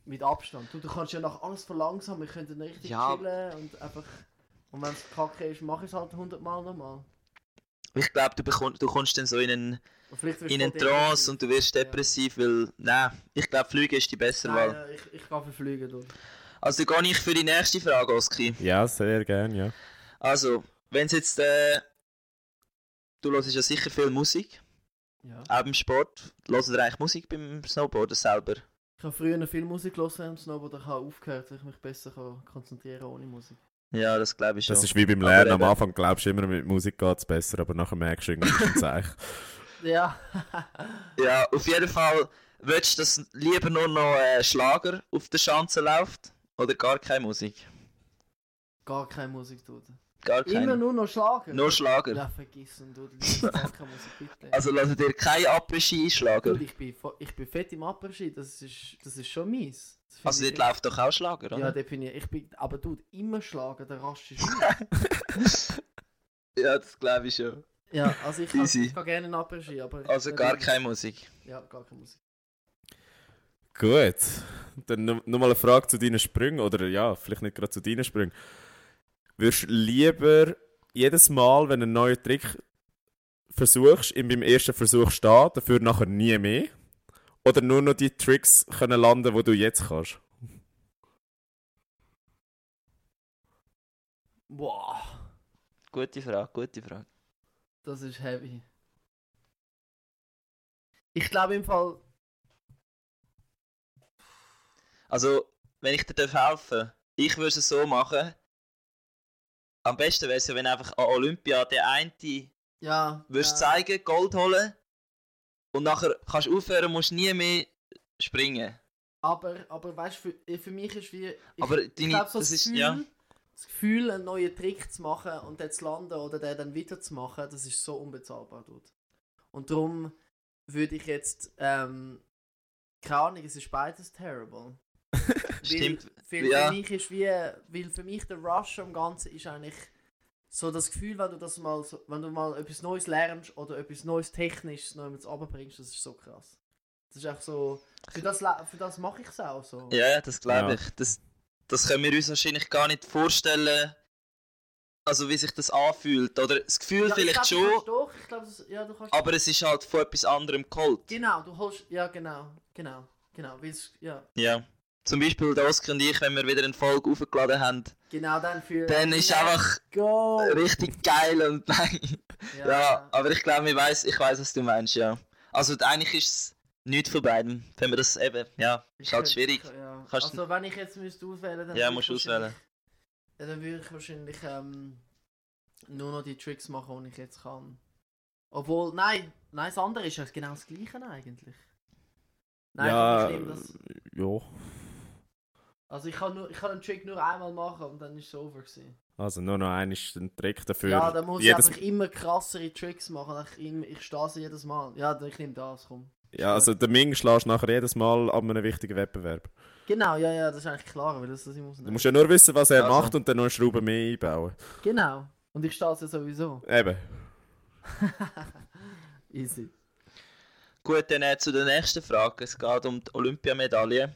Speaker 4: Mit Abstand. Du, du kannst ja nach alles verlangsamen, ich könnte dann richtig
Speaker 2: Ja.
Speaker 4: chillen und einfach. Und wenn es kacke ist, mach ich es halt 100 Mal nochmal.
Speaker 2: Ich glaube, du, bekomm- du kommst dann so in einen,
Speaker 4: Und vielleicht wirst
Speaker 2: in
Speaker 4: du
Speaker 2: einen
Speaker 4: voll
Speaker 2: Trance und du wirst
Speaker 4: Ja.
Speaker 2: depressiv, weil. Nein, ich glaube, Fliegen ist die bessere
Speaker 4: Nein,
Speaker 2: Wahl.
Speaker 4: ja, ich, ich kann verfliegen. Du.
Speaker 2: Also gehe ich für die nächste Frage, Oski.
Speaker 1: Ja, sehr gern, ja.
Speaker 2: Also, wenn es jetzt. Äh, du hörst ja sicher viel Musik,
Speaker 4: Ja.
Speaker 2: auch beim Sport. Hörst du eigentlich Musik beim Snowboarden selber?
Speaker 4: Ich habe früher viel Musik gelesen am Snowboard, ich habe aufgehört, weil ich mich besser kann konzentrieren kann ohne Musik.
Speaker 2: Ja, das glaube ich schon.
Speaker 1: Das ist wie beim
Speaker 2: Aber
Speaker 1: Lernen. Am
Speaker 2: eben-
Speaker 1: Anfang glaubst du immer, mit Musik geht es besser, aber nachher merkst du irgendwie ist ein Zeichen.
Speaker 4: Ja.
Speaker 2: Ja, auf jeden Fall willst du, dass lieber nur noch äh, Schlager auf der Schanze läuft oder gar keine Musik?
Speaker 4: Gar keine Musik, du.
Speaker 2: Gar keine.
Speaker 4: Immer nur noch Schlager.
Speaker 2: Nur Schlager.
Speaker 4: Ja, vergiss und du. Lieber gar keine Musik, bitte.
Speaker 2: Also lass dir keine Abregie-Schlager.
Speaker 4: Dude, ich bin, vo- ich bin fett im Apres-Ski, das ist, das ist schon mies. Das find
Speaker 2: Also
Speaker 4: ich
Speaker 2: dort läuft doch auch Schlager,
Speaker 4: echt- Ja,
Speaker 2: oder?
Speaker 4: definitiv. Ich bin, aber du, immer schlagen, der Rasch ist.
Speaker 2: Ja, das glaube ich schon.
Speaker 4: ja, also ich, kann-
Speaker 2: Easy.
Speaker 4: ich kann gerne einen Apres-Ski, aber...
Speaker 2: Also gar keine Musik.
Speaker 4: Ja, gar keine Musik.
Speaker 1: Gut. Dann no- nochmal eine Frage zu deinen Sprüngen. Oder ja, vielleicht nicht gerade zu deinen Sprüngen. Würdest du lieber jedes Mal, wenn du einen neuen Trick versuchst, ihm beim ersten Versuch stehen, dafür nachher nie mehr? Oder nur noch die Tricks können landen, die du jetzt kannst?
Speaker 4: Wow,
Speaker 2: Gute Frage, gute Frage.
Speaker 4: das ist heavy. Ich glaube im Fall...
Speaker 2: Also, wenn ich dir darf helfen ich würde es so machen. Am besten wäre es ja, wenn einfach an Olympia der eine
Speaker 4: Ja.
Speaker 2: würdest
Speaker 4: ja.
Speaker 2: zeigen, Gold holen und nachher kannst du aufhören, musst nie mehr springen.
Speaker 4: Aber, aber weißt du, für, für mich ist wie. Ich,
Speaker 2: Aber
Speaker 4: ich
Speaker 2: deine-
Speaker 4: glaube, so
Speaker 2: das
Speaker 4: das
Speaker 2: ist-
Speaker 4: Gefühl,
Speaker 2: ja.
Speaker 4: das Gefühl, einen neuen Trick zu machen und dann zu landen oder den dann weiterzumachen, das ist so unbezahlbar, dude. Und darum würde ich jetzt. Ähm, keine Ahnung, es ist beides terrible.
Speaker 2: Stimmt.
Speaker 4: Weil, weil
Speaker 2: ja.
Speaker 4: für mich ist wie. Weil für mich der Rush am Ganzen ist eigentlich. So das Gefühl, wenn du das mal, so, wenn du mal etwas Neues lernst oder etwas Neues Technisches noch jemand runterbringst, das ist so krass. Das ist einfach so. Für das, la- für das mache ich es auch so.
Speaker 2: Ja, ja, das glaube
Speaker 1: Ja.
Speaker 2: ich. Das, das können wir uns wahrscheinlich gar nicht vorstellen, also wie sich das anfühlt. Oder das Gefühl
Speaker 4: Ja, ich
Speaker 2: vielleicht schon,
Speaker 4: glaub, du kannst doch- ich glaube, das- ja, du kannst.
Speaker 2: Aber es ist halt von etwas anderem geholt.
Speaker 4: Genau, du holst. Ja, genau, genau, genau. Weil es, ja,
Speaker 2: Ja. Zum Beispiel der Oskar und ich, wenn wir wieder eine Folge hochgeladen haben,
Speaker 4: genau dann für.
Speaker 2: dann ist einfach
Speaker 4: Go!
Speaker 2: richtig geil und nein.
Speaker 4: Ja,
Speaker 2: Ja, aber ich glaube, ich weiß, ich weiß, was du meinst, ja. Also eigentlich ist es nichts von beidem, wenn man das eben, ja, ist halt
Speaker 4: könnte-
Speaker 2: schwierig.
Speaker 4: Ja.
Speaker 2: Kannst
Speaker 4: also, wenn ich jetzt müsste auswählen dann
Speaker 2: Ja,
Speaker 4: würde
Speaker 2: musst
Speaker 4: ich
Speaker 2: du auswählen.
Speaker 4: wahrscheinlich- ja, Dann würde ich wahrscheinlich ähm, nur noch die Tricks machen, die ich jetzt kann. Obwohl, nein, nein, das andere ist ja genau das Gleiche eigentlich. Nein,
Speaker 1: ja, ähm,
Speaker 4: ich das.
Speaker 1: ja.
Speaker 4: Also, ich kann, nur, ich kann einen Trick nur einmal machen und dann ist es over. Gewesen.
Speaker 1: Also nur noch ein ist ein Trick dafür.
Speaker 4: ja, dann muss
Speaker 1: jedes,
Speaker 4: ich einfach immer krassere Tricks machen. Ich, immer- ich stehe sie jedes Mal. Ja, dann ich nehme das, komm.
Speaker 1: ja, also der Ming schlägst nachher jedes Mal an einem wichtigen Wettbewerb.
Speaker 4: Genau, ja, ja, das ist eigentlich klar, weil das, das ich muss
Speaker 1: Du
Speaker 4: nehmen.
Speaker 1: musst ja nur wissen, was er
Speaker 2: Also.
Speaker 1: macht und dann noch eine Schraube mehr einbauen.
Speaker 4: Genau. Und ich stehe sie sowieso.
Speaker 1: Eben.
Speaker 4: Easy.
Speaker 2: Gut, dann äh, zu der nächsten Frage. Es geht um die Olympiamedaille.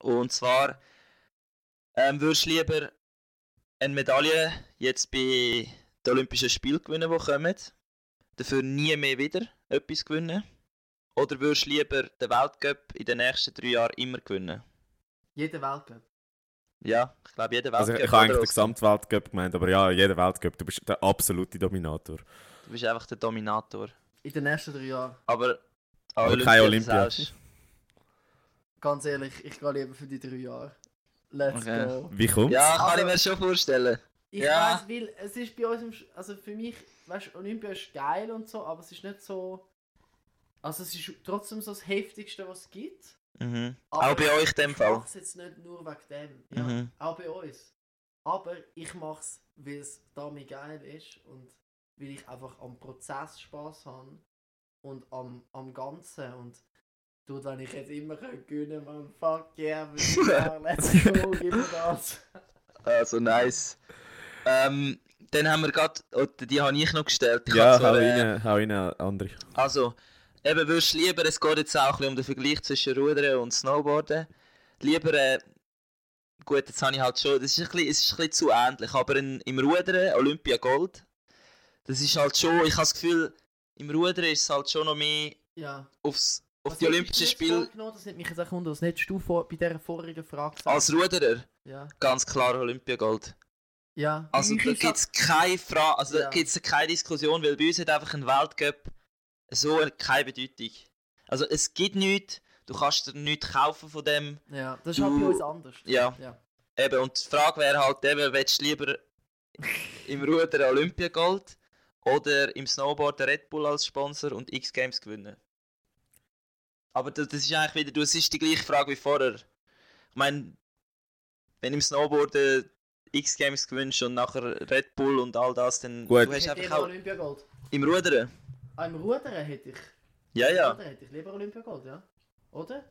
Speaker 2: Und zwar, ähm, würdest du lieber eine Medaille jetzt bei den Olympischen Spielen gewinnen, die kommen, dafür nie mehr wieder etwas gewinnen? Oder würdest du lieber den Weltcup in den nächsten drei Jahren immer gewinnen?
Speaker 4: Jeder Weltcup.
Speaker 2: Ja, ich glaube, jeder Weltcup.
Speaker 1: Also ich, ich habe eigentlich
Speaker 2: oder?
Speaker 1: den gesamten Weltcup gemeint, aber ja, jeder Weltcup, du bist der absolute Dominator.
Speaker 2: Du bist einfach der Dominator.
Speaker 4: In den nächsten drei Jahren.
Speaker 2: Aber,
Speaker 1: Aber
Speaker 2: Olympia,
Speaker 1: kein
Speaker 2: das
Speaker 1: Olympia.
Speaker 2: sagst
Speaker 4: Ganz ehrlich, ich gehe lieber für die drei Jahre. Let's
Speaker 2: Okay.
Speaker 4: go.
Speaker 1: Wie
Speaker 2: du.
Speaker 1: kommt?
Speaker 2: Ja, kann
Speaker 4: Aber-
Speaker 2: ich mir schon vorstellen.
Speaker 4: Ich
Speaker 2: Ja.
Speaker 4: weiß, weil es ist bei uns, im Sch- also für mich, weißt du, Olympia ist geil und so, aber es ist nicht so. Also es ist trotzdem so das Heftigste, was es gibt.
Speaker 2: Mhm.
Speaker 4: Aber
Speaker 2: Auch bei euch in dem
Speaker 4: Ich
Speaker 2: Fall.
Speaker 4: mache es jetzt nicht nur wegen dem. Ja,
Speaker 2: Mhm.
Speaker 4: Auch bei uns. Aber ich mache es, weil es damit geil ist und weil ich einfach am Prozess Spaß habe und am, am Ganzen. Und tut, wenn ich jetzt immer könnte gewinnen man, fuck yeah, wir sind da, let's go, gib mir das.
Speaker 2: Also nice. Ähm, dann haben wir gerade, oder die habe ich noch gestellt. Ich
Speaker 1: Ja,
Speaker 2: habe
Speaker 1: hau
Speaker 2: zwar, äh,
Speaker 1: rein, hau rein, André.
Speaker 2: Also, eben würdest du lieber, es geht jetzt auch ein bisschen um den Vergleich zwischen Rudern und Snowboarden. Lieber, äh, gut, jetzt habe ich halt schon, das ist ein bisschen, es ist ein bisschen zu ähnlich, aber in, im Rudern, Olympia Gold, das ist halt schon, ich habe das Gefühl, im Rudern ist es halt schon noch mehr
Speaker 4: Ja.
Speaker 2: aufs, auf
Speaker 4: Was
Speaker 2: die
Speaker 4: hättest du
Speaker 2: Olympischen
Speaker 4: jetzt
Speaker 2: Spiele
Speaker 4: vorgenommen? Das nimmt mich jetzt auch wunder, was hättest du vor, bei dieser vorigen Frage gesagt?
Speaker 2: als Ruderer.
Speaker 4: ja.
Speaker 2: Ganz klar Olympia Gold.
Speaker 4: ja.
Speaker 2: Also da
Speaker 4: ich
Speaker 2: gibt es keine Frage, also
Speaker 4: Ja.
Speaker 2: da gibt's keine Diskussion, weil bei uns hat einfach ein Weltcup so keine Bedeutung. Also es gibt nichts, du kannst dir nichts kaufen von dem.
Speaker 4: Ja, das ist halt bei
Speaker 2: Du-
Speaker 4: uns anders.
Speaker 2: Ja.
Speaker 4: ja.
Speaker 2: Eben, und die Frage wäre halt eben, willst du lieber im Ruder Olympiagold oder im Snowboard den Red Bull als Sponsor und X Games gewinnen? Aber das, das ist eigentlich wieder, du- es ist die gleiche Frage wie vorher. Ich meine, wenn im Snowboard äh, X Games gewinnst und nachher Red Bull und all das, dann
Speaker 1: Gut.
Speaker 2: du hast
Speaker 4: Ich hätte
Speaker 2: einfach
Speaker 4: lieber
Speaker 2: auch
Speaker 4: Olympiagold.
Speaker 2: im Rudern.
Speaker 4: Ah, im Rudern hätte ich.
Speaker 2: Ja, Ah, ja.
Speaker 4: Oder hätte ich lieber Olympiagold, ja? Oder?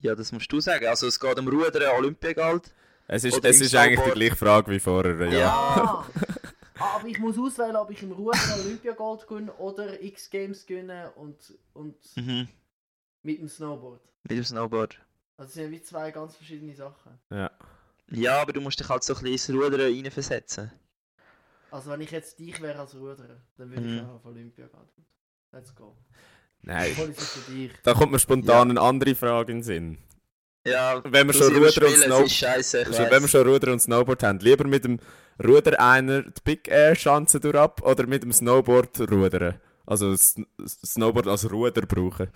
Speaker 2: Ja, das musst du sagen. Also es geht um Rudern Olympiagold.
Speaker 1: Es ist,
Speaker 2: Oder
Speaker 1: es
Speaker 2: im
Speaker 1: ist eigentlich die
Speaker 2: Snowboard.
Speaker 1: gleiche Frage wie vorher, ja.
Speaker 2: Ja.
Speaker 4: Ah, Ah, aber ich muss auswählen, ob ich im Rudern Olympiagold gewinne oder X-Games gewinne und, und
Speaker 2: Mhm.
Speaker 4: mit dem Snowboard.
Speaker 2: Mit dem um Snowboard.
Speaker 4: Also es sind wie zwei ganz verschiedene Sachen.
Speaker 1: ja.
Speaker 2: Ja, aber du musst dich halt so ein bisschen ins Rudern reinversetzen.
Speaker 4: Also wenn ich jetzt dich wäre als Ruderer, dann würde ich
Speaker 2: Mhm.
Speaker 4: auch auf Olympia gehen. Let's go.
Speaker 1: Nein.
Speaker 4: Hol es für dich.
Speaker 1: Da kommt mir spontan eine andere Frage in den Sinn.
Speaker 2: Ja,
Speaker 1: Wenn wir
Speaker 2: Du
Speaker 1: schon
Speaker 2: siehst,
Speaker 1: Ruder und
Speaker 2: Spielen,
Speaker 1: Snow-
Speaker 2: es ist scheisse, ich
Speaker 1: Also,
Speaker 2: weiss.
Speaker 1: wenn wir schon Ruder und Snowboard haben, lieber mit dem Ruder einer die Big Air Schanze durch ab oder mit dem Snowboard rudern? Also Sn Snowboard als Ruder brauchen.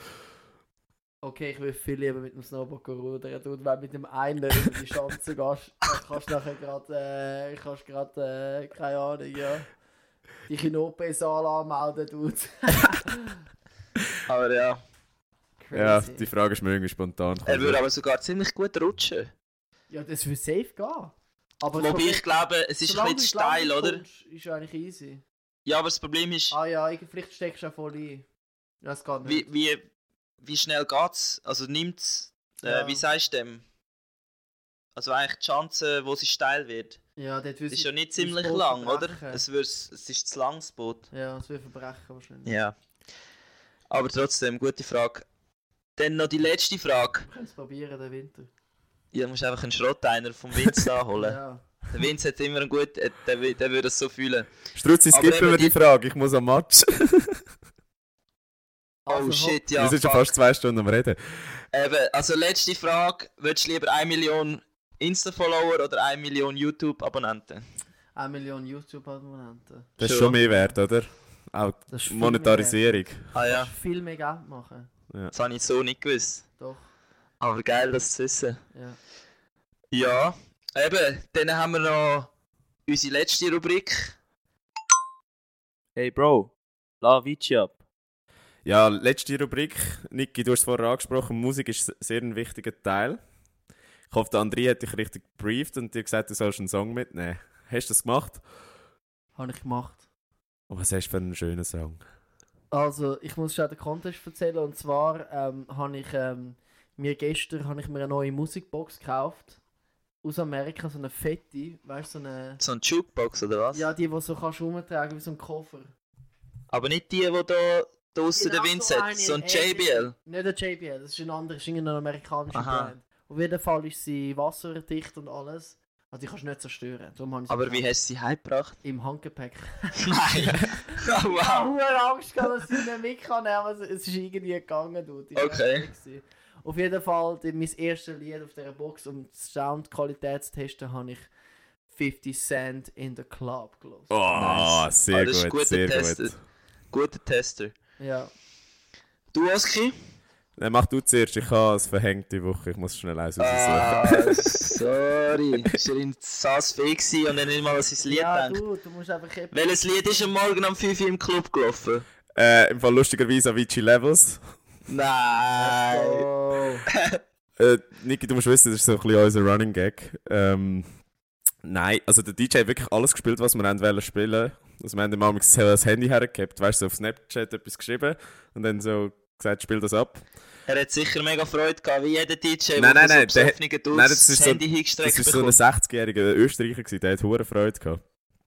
Speaker 4: Okay, ich würde viel lieber mit dem Snowboard gehen rudern. Du, wenn du mit dem einen über die Schanze gehst, dann kannst du nachher gerade, äh, kannst gerade, äh, keine Ahnung, ja. Dich in den OP-Saal anmelden, du.
Speaker 2: Aber ja,
Speaker 1: Also. Ja, die Frage ist mir irgendwie spontan
Speaker 2: er würde
Speaker 1: gekommen.
Speaker 2: aber sogar ziemlich gut rutschen.
Speaker 4: Ja, das würde safe gehen. Aber
Speaker 2: Wobei ich glaube, es ist ein bisschen zu steil, oder?
Speaker 4: Ist eigentlich easy.
Speaker 2: Ja, aber das Problem ist,
Speaker 4: Ah ja, ich- vielleicht steckst du auch voll ein. Ja, das geht
Speaker 2: wie,
Speaker 4: nicht.
Speaker 2: wie, wie schnell geht's? Also nimmt's, äh,
Speaker 4: Ja.
Speaker 2: wie sagst du dem? Also eigentlich die Chance, wo sie steil wird,
Speaker 4: ja, dort würde
Speaker 2: ist ja nicht ziemlich
Speaker 4: das Boot
Speaker 2: lang, oder?
Speaker 4: verbrechen.
Speaker 2: Es, würd's, es ist zu lang, das Boot.
Speaker 4: Ja, es würde verbrechen wahrscheinlich.
Speaker 2: Ja. Aber trotzdem, gute Frage. Dann noch die letzte Frage.
Speaker 4: Wir können es probieren, den Winter.
Speaker 2: Ja, du musst einfach einen Schrotter einer vom Winz holen.
Speaker 4: Ja.
Speaker 2: Der Vince hat immer einen guten, äh, der, wü- der würde es so fühlen.
Speaker 1: Strutzi,
Speaker 2: Aber
Speaker 1: skippen
Speaker 2: eben
Speaker 1: wir die
Speaker 2: die-
Speaker 1: Frage, ich muss am Match.
Speaker 4: Also,
Speaker 2: Oh shit, ja.
Speaker 1: wir sind schon
Speaker 2: fuck.
Speaker 1: fast zwei Stunden am Reden.
Speaker 2: Eben, also letzte Frage. Würdest du lieber 1 Million Insta-Follower oder 1 Million YouTube-Abonnenten?
Speaker 4: 1 Million YouTube-Abonnenten.
Speaker 1: Das ist
Speaker 2: Schon.
Speaker 1: schon mehr wert, oder? Auch
Speaker 4: Das ist viel mehr.
Speaker 1: Monetarisierung.
Speaker 2: Ah ja,
Speaker 4: Viel mehr Geld machen.
Speaker 2: das habe ich so nicht gewusst.
Speaker 4: Doch,
Speaker 2: Aber geil, das zu wissen.
Speaker 4: ja.
Speaker 2: Ja, eben, dann haben wir noch unsere letzte Rubrik.
Speaker 5: Hey Bro, la Vici ab.
Speaker 1: Ja, letzte Rubrik. Niki, du hast es vorher angesprochen, Musik ist sehr ein wichtiger Teil. Ich hoffe, der André hat dich richtig gebrieft und dir gesagt, du sollst einen Song mitnehmen. Hast du das gemacht?
Speaker 4: Habe ich gemacht.
Speaker 1: Und Oh, was hast du für einen schönen Song?
Speaker 4: Also, ich muss schon den Kontext erzählen. Und zwar ähm, habe ich ähm, mir gestern habe ich mir eine neue Musikbox gekauft. Aus Amerika, so eine fette, weißt du, so eine.
Speaker 2: So eine Jukebox oder was?
Speaker 4: Ja, die, die so kannst du rumtragen wie so ein Koffer.
Speaker 2: Aber nicht die, die da draussen
Speaker 4: Genau
Speaker 2: der Vince
Speaker 4: so eine,
Speaker 2: hat. So ein
Speaker 4: äh,
Speaker 2: JBL.
Speaker 4: Nicht eine JBL, das ist ein anderer, das ist irgendein amerikanischer
Speaker 2: Aha.
Speaker 4: Brand. Auf jeden Fall ist sie wasserdicht und alles. Also, die kannst du nicht zerstören. Darum habe ich sie
Speaker 2: Aber wie
Speaker 4: gekauft.
Speaker 2: hast du sie heimgebracht?
Speaker 4: Im Handgepäck.
Speaker 2: Nein! oh,
Speaker 4: Ich habe
Speaker 2: wow!
Speaker 4: hohe Angst, gehabt, dass sie nicht mitnehmen kann, aber es- es ist irgendwie gegangen. Du. Die
Speaker 2: Okay.
Speaker 4: Rechnung war. Auf jeden Fall, die, mein erstes Lied auf dieser Box, um die Soundqualität zu testen, habe ich 50 Cent in the Club gelassen.
Speaker 1: Oh,
Speaker 2: Nice.
Speaker 1: sehr
Speaker 2: Ah, das ist
Speaker 1: gut,
Speaker 2: guter
Speaker 1: sehr
Speaker 2: Test.
Speaker 1: gut.
Speaker 2: Guter Tester.
Speaker 4: Ja.
Speaker 2: Du, Oski?
Speaker 1: Dann Äh, mach du zuerst, ich habe es verhängt die Woche, ich muss schnell eins raussuchen.
Speaker 2: Ah, sorry. Ist er in Sass fee gewesen und hat nicht mal an sein Lied
Speaker 4: ja,
Speaker 2: gedacht.
Speaker 4: du, du musst einfach eben.
Speaker 2: Welches Lied ist am Morgen um 5 Uhr im Club gelaufen?
Speaker 1: Äh, Im Fall lustigerweise Avicii Levels.
Speaker 2: Nein!
Speaker 4: Oh.
Speaker 1: Äh, Niki, du musst wissen, das ist so ein bisschen unser Running Gag. Ähm, nein, also der DJ hat wirklich alles gespielt, was wir haben wollen spielen. Also wir haben ihm einmal das Handy hergehabt, weißt du, so auf Snapchat etwas geschrieben und dann so gesagt, spiel das ab.
Speaker 2: Er hat sicher mega Freude gehabt, wie jeder DJ,
Speaker 1: Nein, nein, nein, der-
Speaker 2: der
Speaker 1: nein,
Speaker 2: Nein,
Speaker 1: das
Speaker 2: das
Speaker 1: ist so-
Speaker 2: Handy
Speaker 1: Das
Speaker 2: hingestreckt
Speaker 1: ist so ein
Speaker 2: bekommt.
Speaker 1: 60-jähriger Österreicher, gewesen, der hat hohe Freude gehabt.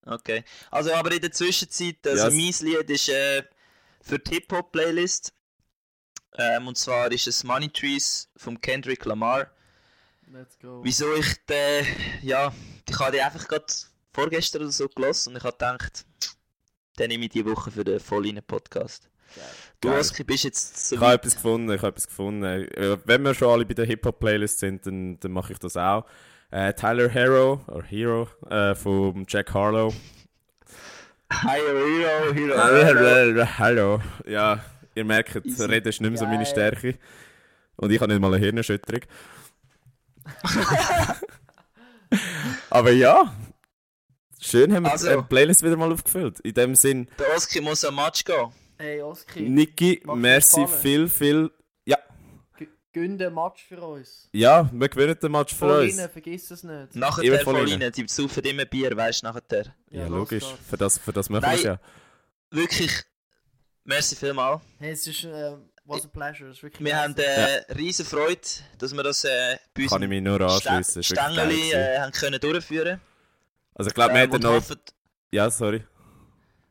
Speaker 2: Okay. Also, aber in der Zwischenzeit, also
Speaker 1: Ja, es-
Speaker 2: mein Lied ist äh, für die Hip-Hop-Playlist. Ähm, und zwar ist es Money Trees von Kendrick Lamar.
Speaker 4: Let's go.
Speaker 2: Wieso ich den, ja, ich habe die einfach gerade vorgestern oder so gelassen und ich habe gedacht, dann nehme ich die Woche für den vollen Podcast.
Speaker 4: Geil.
Speaker 2: Du,
Speaker 1: Geil.
Speaker 2: Oski, bist jetzt so
Speaker 1: Ich habe
Speaker 2: weit.
Speaker 1: etwas gefunden, ich habe etwas gefunden. Äh, Wenn wir schon alle bei der Hip-Hop-Playlist sind, dann, dann mache ich das auch. Äh, Tyler Hero, oder Hero, äh, von Jack Harlow.
Speaker 2: Hero, Hero, Hero.
Speaker 1: Hallo. Ja, ihr merkt,
Speaker 2: Easy.
Speaker 1: Reden ist nicht mehr so meine
Speaker 4: Geil.
Speaker 1: Stärke. Und ich habe nicht mal eine Hirnerschütterung. Aber ja, schön haben wir
Speaker 2: Also.
Speaker 1: die Playlist wieder mal aufgefüllt. In dem Sinn,
Speaker 2: Der Oski muss am Match gehen.
Speaker 4: Hey, Oski,
Speaker 1: Niki,
Speaker 4: Macht's
Speaker 1: merci
Speaker 4: gefallen.
Speaker 1: viel, viel.
Speaker 4: g- gönn den Match für uns.
Speaker 1: Ja, wir gewinnen den Match für
Speaker 4: Vorhin,
Speaker 1: uns.
Speaker 4: vergiss es nicht.
Speaker 2: Nachher
Speaker 1: Immer
Speaker 2: der
Speaker 1: voll rein.
Speaker 2: Volline, die saufen immer Bier, weißt du, nachher.
Speaker 1: Ja,
Speaker 4: los
Speaker 1: logisch.
Speaker 4: geht's.
Speaker 1: Für das, für das machen wir
Speaker 2: Nein.
Speaker 1: es ja.
Speaker 2: Wirklich, merci vielmals.
Speaker 4: Hey, es ist, ähm, was a pleasure. Es ist wirklich
Speaker 2: Wir haben äh, riesen Freude, dass wir das äh, bei
Speaker 1: Kann ich mich nur anschließen. Ist wirklich geil
Speaker 2: Stängeli
Speaker 1: gewesen.
Speaker 2: äh, haben können durchführen
Speaker 1: Also, ich glaube, wir
Speaker 2: Ähm,
Speaker 1: hätten
Speaker 2: und
Speaker 1: noch.
Speaker 2: hoffen,
Speaker 1: Ja, sorry.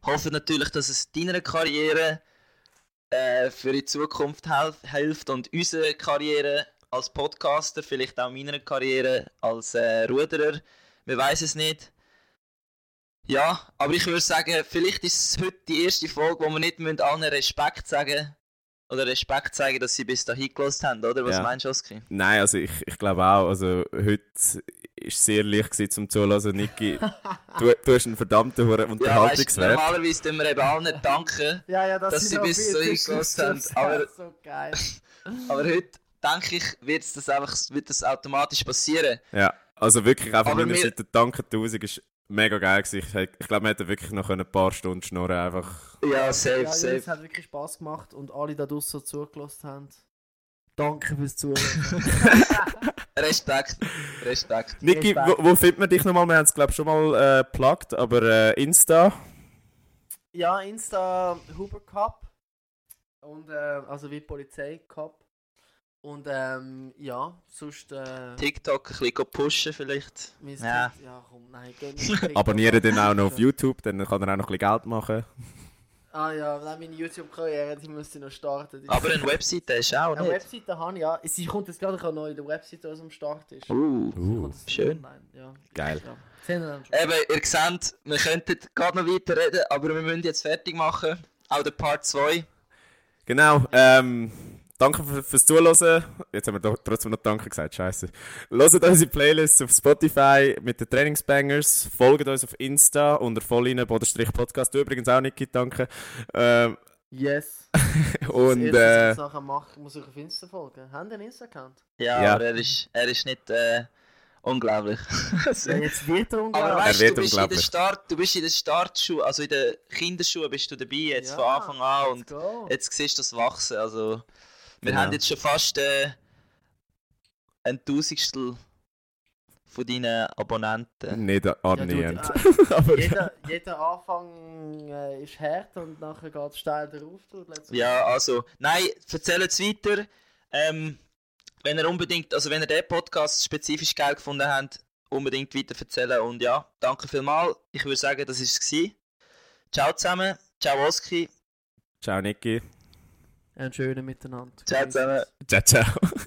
Speaker 2: hoffen natürlich, dass es deiner Karriere äh, für die Zukunft helf hilft und unserer Karriere als Podcaster, vielleicht auch meiner Karriere als äh, Ruderer. Wir weiß es nicht. Ja, aber ich würde sagen, vielleicht ist es heute die erste Folge, wo wir nicht müssen allen Respekt sagen oder Respekt zeigen, dass sie bis dahin gelost haben, oder? Was
Speaker 1: Ja.
Speaker 2: meinst du, Oski?
Speaker 1: Nein, also ich, ich glaube auch, also heute ist sehr leicht gewesen zum Zuhören, Niki. du, du hast einen verdammten hohen
Speaker 2: Ja, weißt,
Speaker 1: Unterhaltungswert.
Speaker 2: normalerweise tun wir eben allen danken.
Speaker 4: Ja, ja, das
Speaker 2: dass sie
Speaker 4: noch
Speaker 2: bis
Speaker 4: viel
Speaker 2: so
Speaker 4: Tisch-
Speaker 2: eingeschlossen haben,
Speaker 4: Das ist
Speaker 2: aber-
Speaker 4: so geil.
Speaker 2: Aber heute, denke ich, wird's das einfach, wird das automatisch passieren.
Speaker 1: ja, also wirklich auch von
Speaker 2: Aber
Speaker 1: meiner
Speaker 2: wir-
Speaker 1: Seite danke tausend, ist mega geil gewesen. Ich, hätt- ich glaube, wir hätten wirklich noch ein paar Stunden schnurren einfach.
Speaker 2: Ja, safe,
Speaker 4: ja, Jungs, Es
Speaker 2: safe.
Speaker 4: hat wirklich Spass gemacht und alle da draussen zugelassen haben. Danke fürs Zuhören.
Speaker 2: Respekt, Respekt.
Speaker 1: Niki,
Speaker 4: Respekt.
Speaker 1: wo, wo findet man dich nochmal? Wir haben es glaube ich schon mal äh, geplagt, aber äh, Insta.
Speaker 4: ja, Insta Huber Cup. Und äh, also wie Polizei Cup. Und ähm, ja, sonst äh,
Speaker 2: TikTok ein bisschen pushen vielleicht.
Speaker 4: mein
Speaker 2: Ja.
Speaker 4: Kind- ja, komm, nein, geh nicht.
Speaker 1: Abonniere den auch noch auf YouTube, dann kann er auch noch ein bisschen Geld machen.
Speaker 4: Ah ja, nein, meine YouTube-Karriere, die müsste ich noch starten. Die-
Speaker 2: Aber eine Webseite ist auch
Speaker 4: Eine
Speaker 2: nicht.
Speaker 4: Webseite habe ich, ja. Sie kommt jetzt gerade neu, die Webseite, die am Start ist.
Speaker 2: Uh.
Speaker 1: Uh,
Speaker 2: schön. Äh,
Speaker 4: Nein, ja.
Speaker 1: Geil.
Speaker 4: Ja. Sehen wir dann schon.
Speaker 2: Eben, ihr seht, wir könnten gerade noch weiterreden, aber wir müssen jetzt fertig machen. Auch der Part 2.
Speaker 1: Genau, ähm, danke für, fürs Zuhören. Jetzt haben wir doch trotzdem noch Danke gesagt, scheiße. Hört unsere Playlists auf Spotify mit den Trainingsbangers, folgt uns auf Insta unter vollinen-podcast. Du übrigens auch, Niki, danke. Ähm,
Speaker 4: Yes. das
Speaker 1: und
Speaker 4: Erste, was ich
Speaker 1: äh,
Speaker 4: jetzt nachher mache, muss ich auf Insta folgen. Haben den Insta-Account?
Speaker 2: Ja,
Speaker 1: Ja.
Speaker 2: aber er ist, er ist nicht äh, unglaublich.
Speaker 4: jetzt wird er
Speaker 2: aber
Speaker 1: Er
Speaker 2: weißt du,
Speaker 1: wird
Speaker 2: du bist, in der
Speaker 1: unglaublich.
Speaker 2: Start, du bist in der Startschuhe, also in den Kinderschuhen bist du dabei, jetzt von Anfang an. Und jetzt siehst du das Wachsen. Also, wir
Speaker 1: Genau.
Speaker 2: haben jetzt schon fast äh, ein Tausendstel von deinen Abonnenten.
Speaker 1: nicht annähernd.
Speaker 4: Ah,
Speaker 1: Aber
Speaker 4: jeder, jeder Anfang äh, ist hart und nachher geht es steil darauf. du, let's go.
Speaker 2: Ja, also, nein, erzählt es weiter. Ähm, wenn ihr unbedingt, also wenn ihr den Podcast spezifisch geil gefunden habt, unbedingt weiter erzählen. Und ja, danke vielmals. Ich würde sagen, das war es. Ciao zusammen. Ciao Oski.
Speaker 1: ciao, Niki.
Speaker 4: Einen schönen Miteinander.
Speaker 2: Ciao zusammen.
Speaker 1: Ciao, ciao.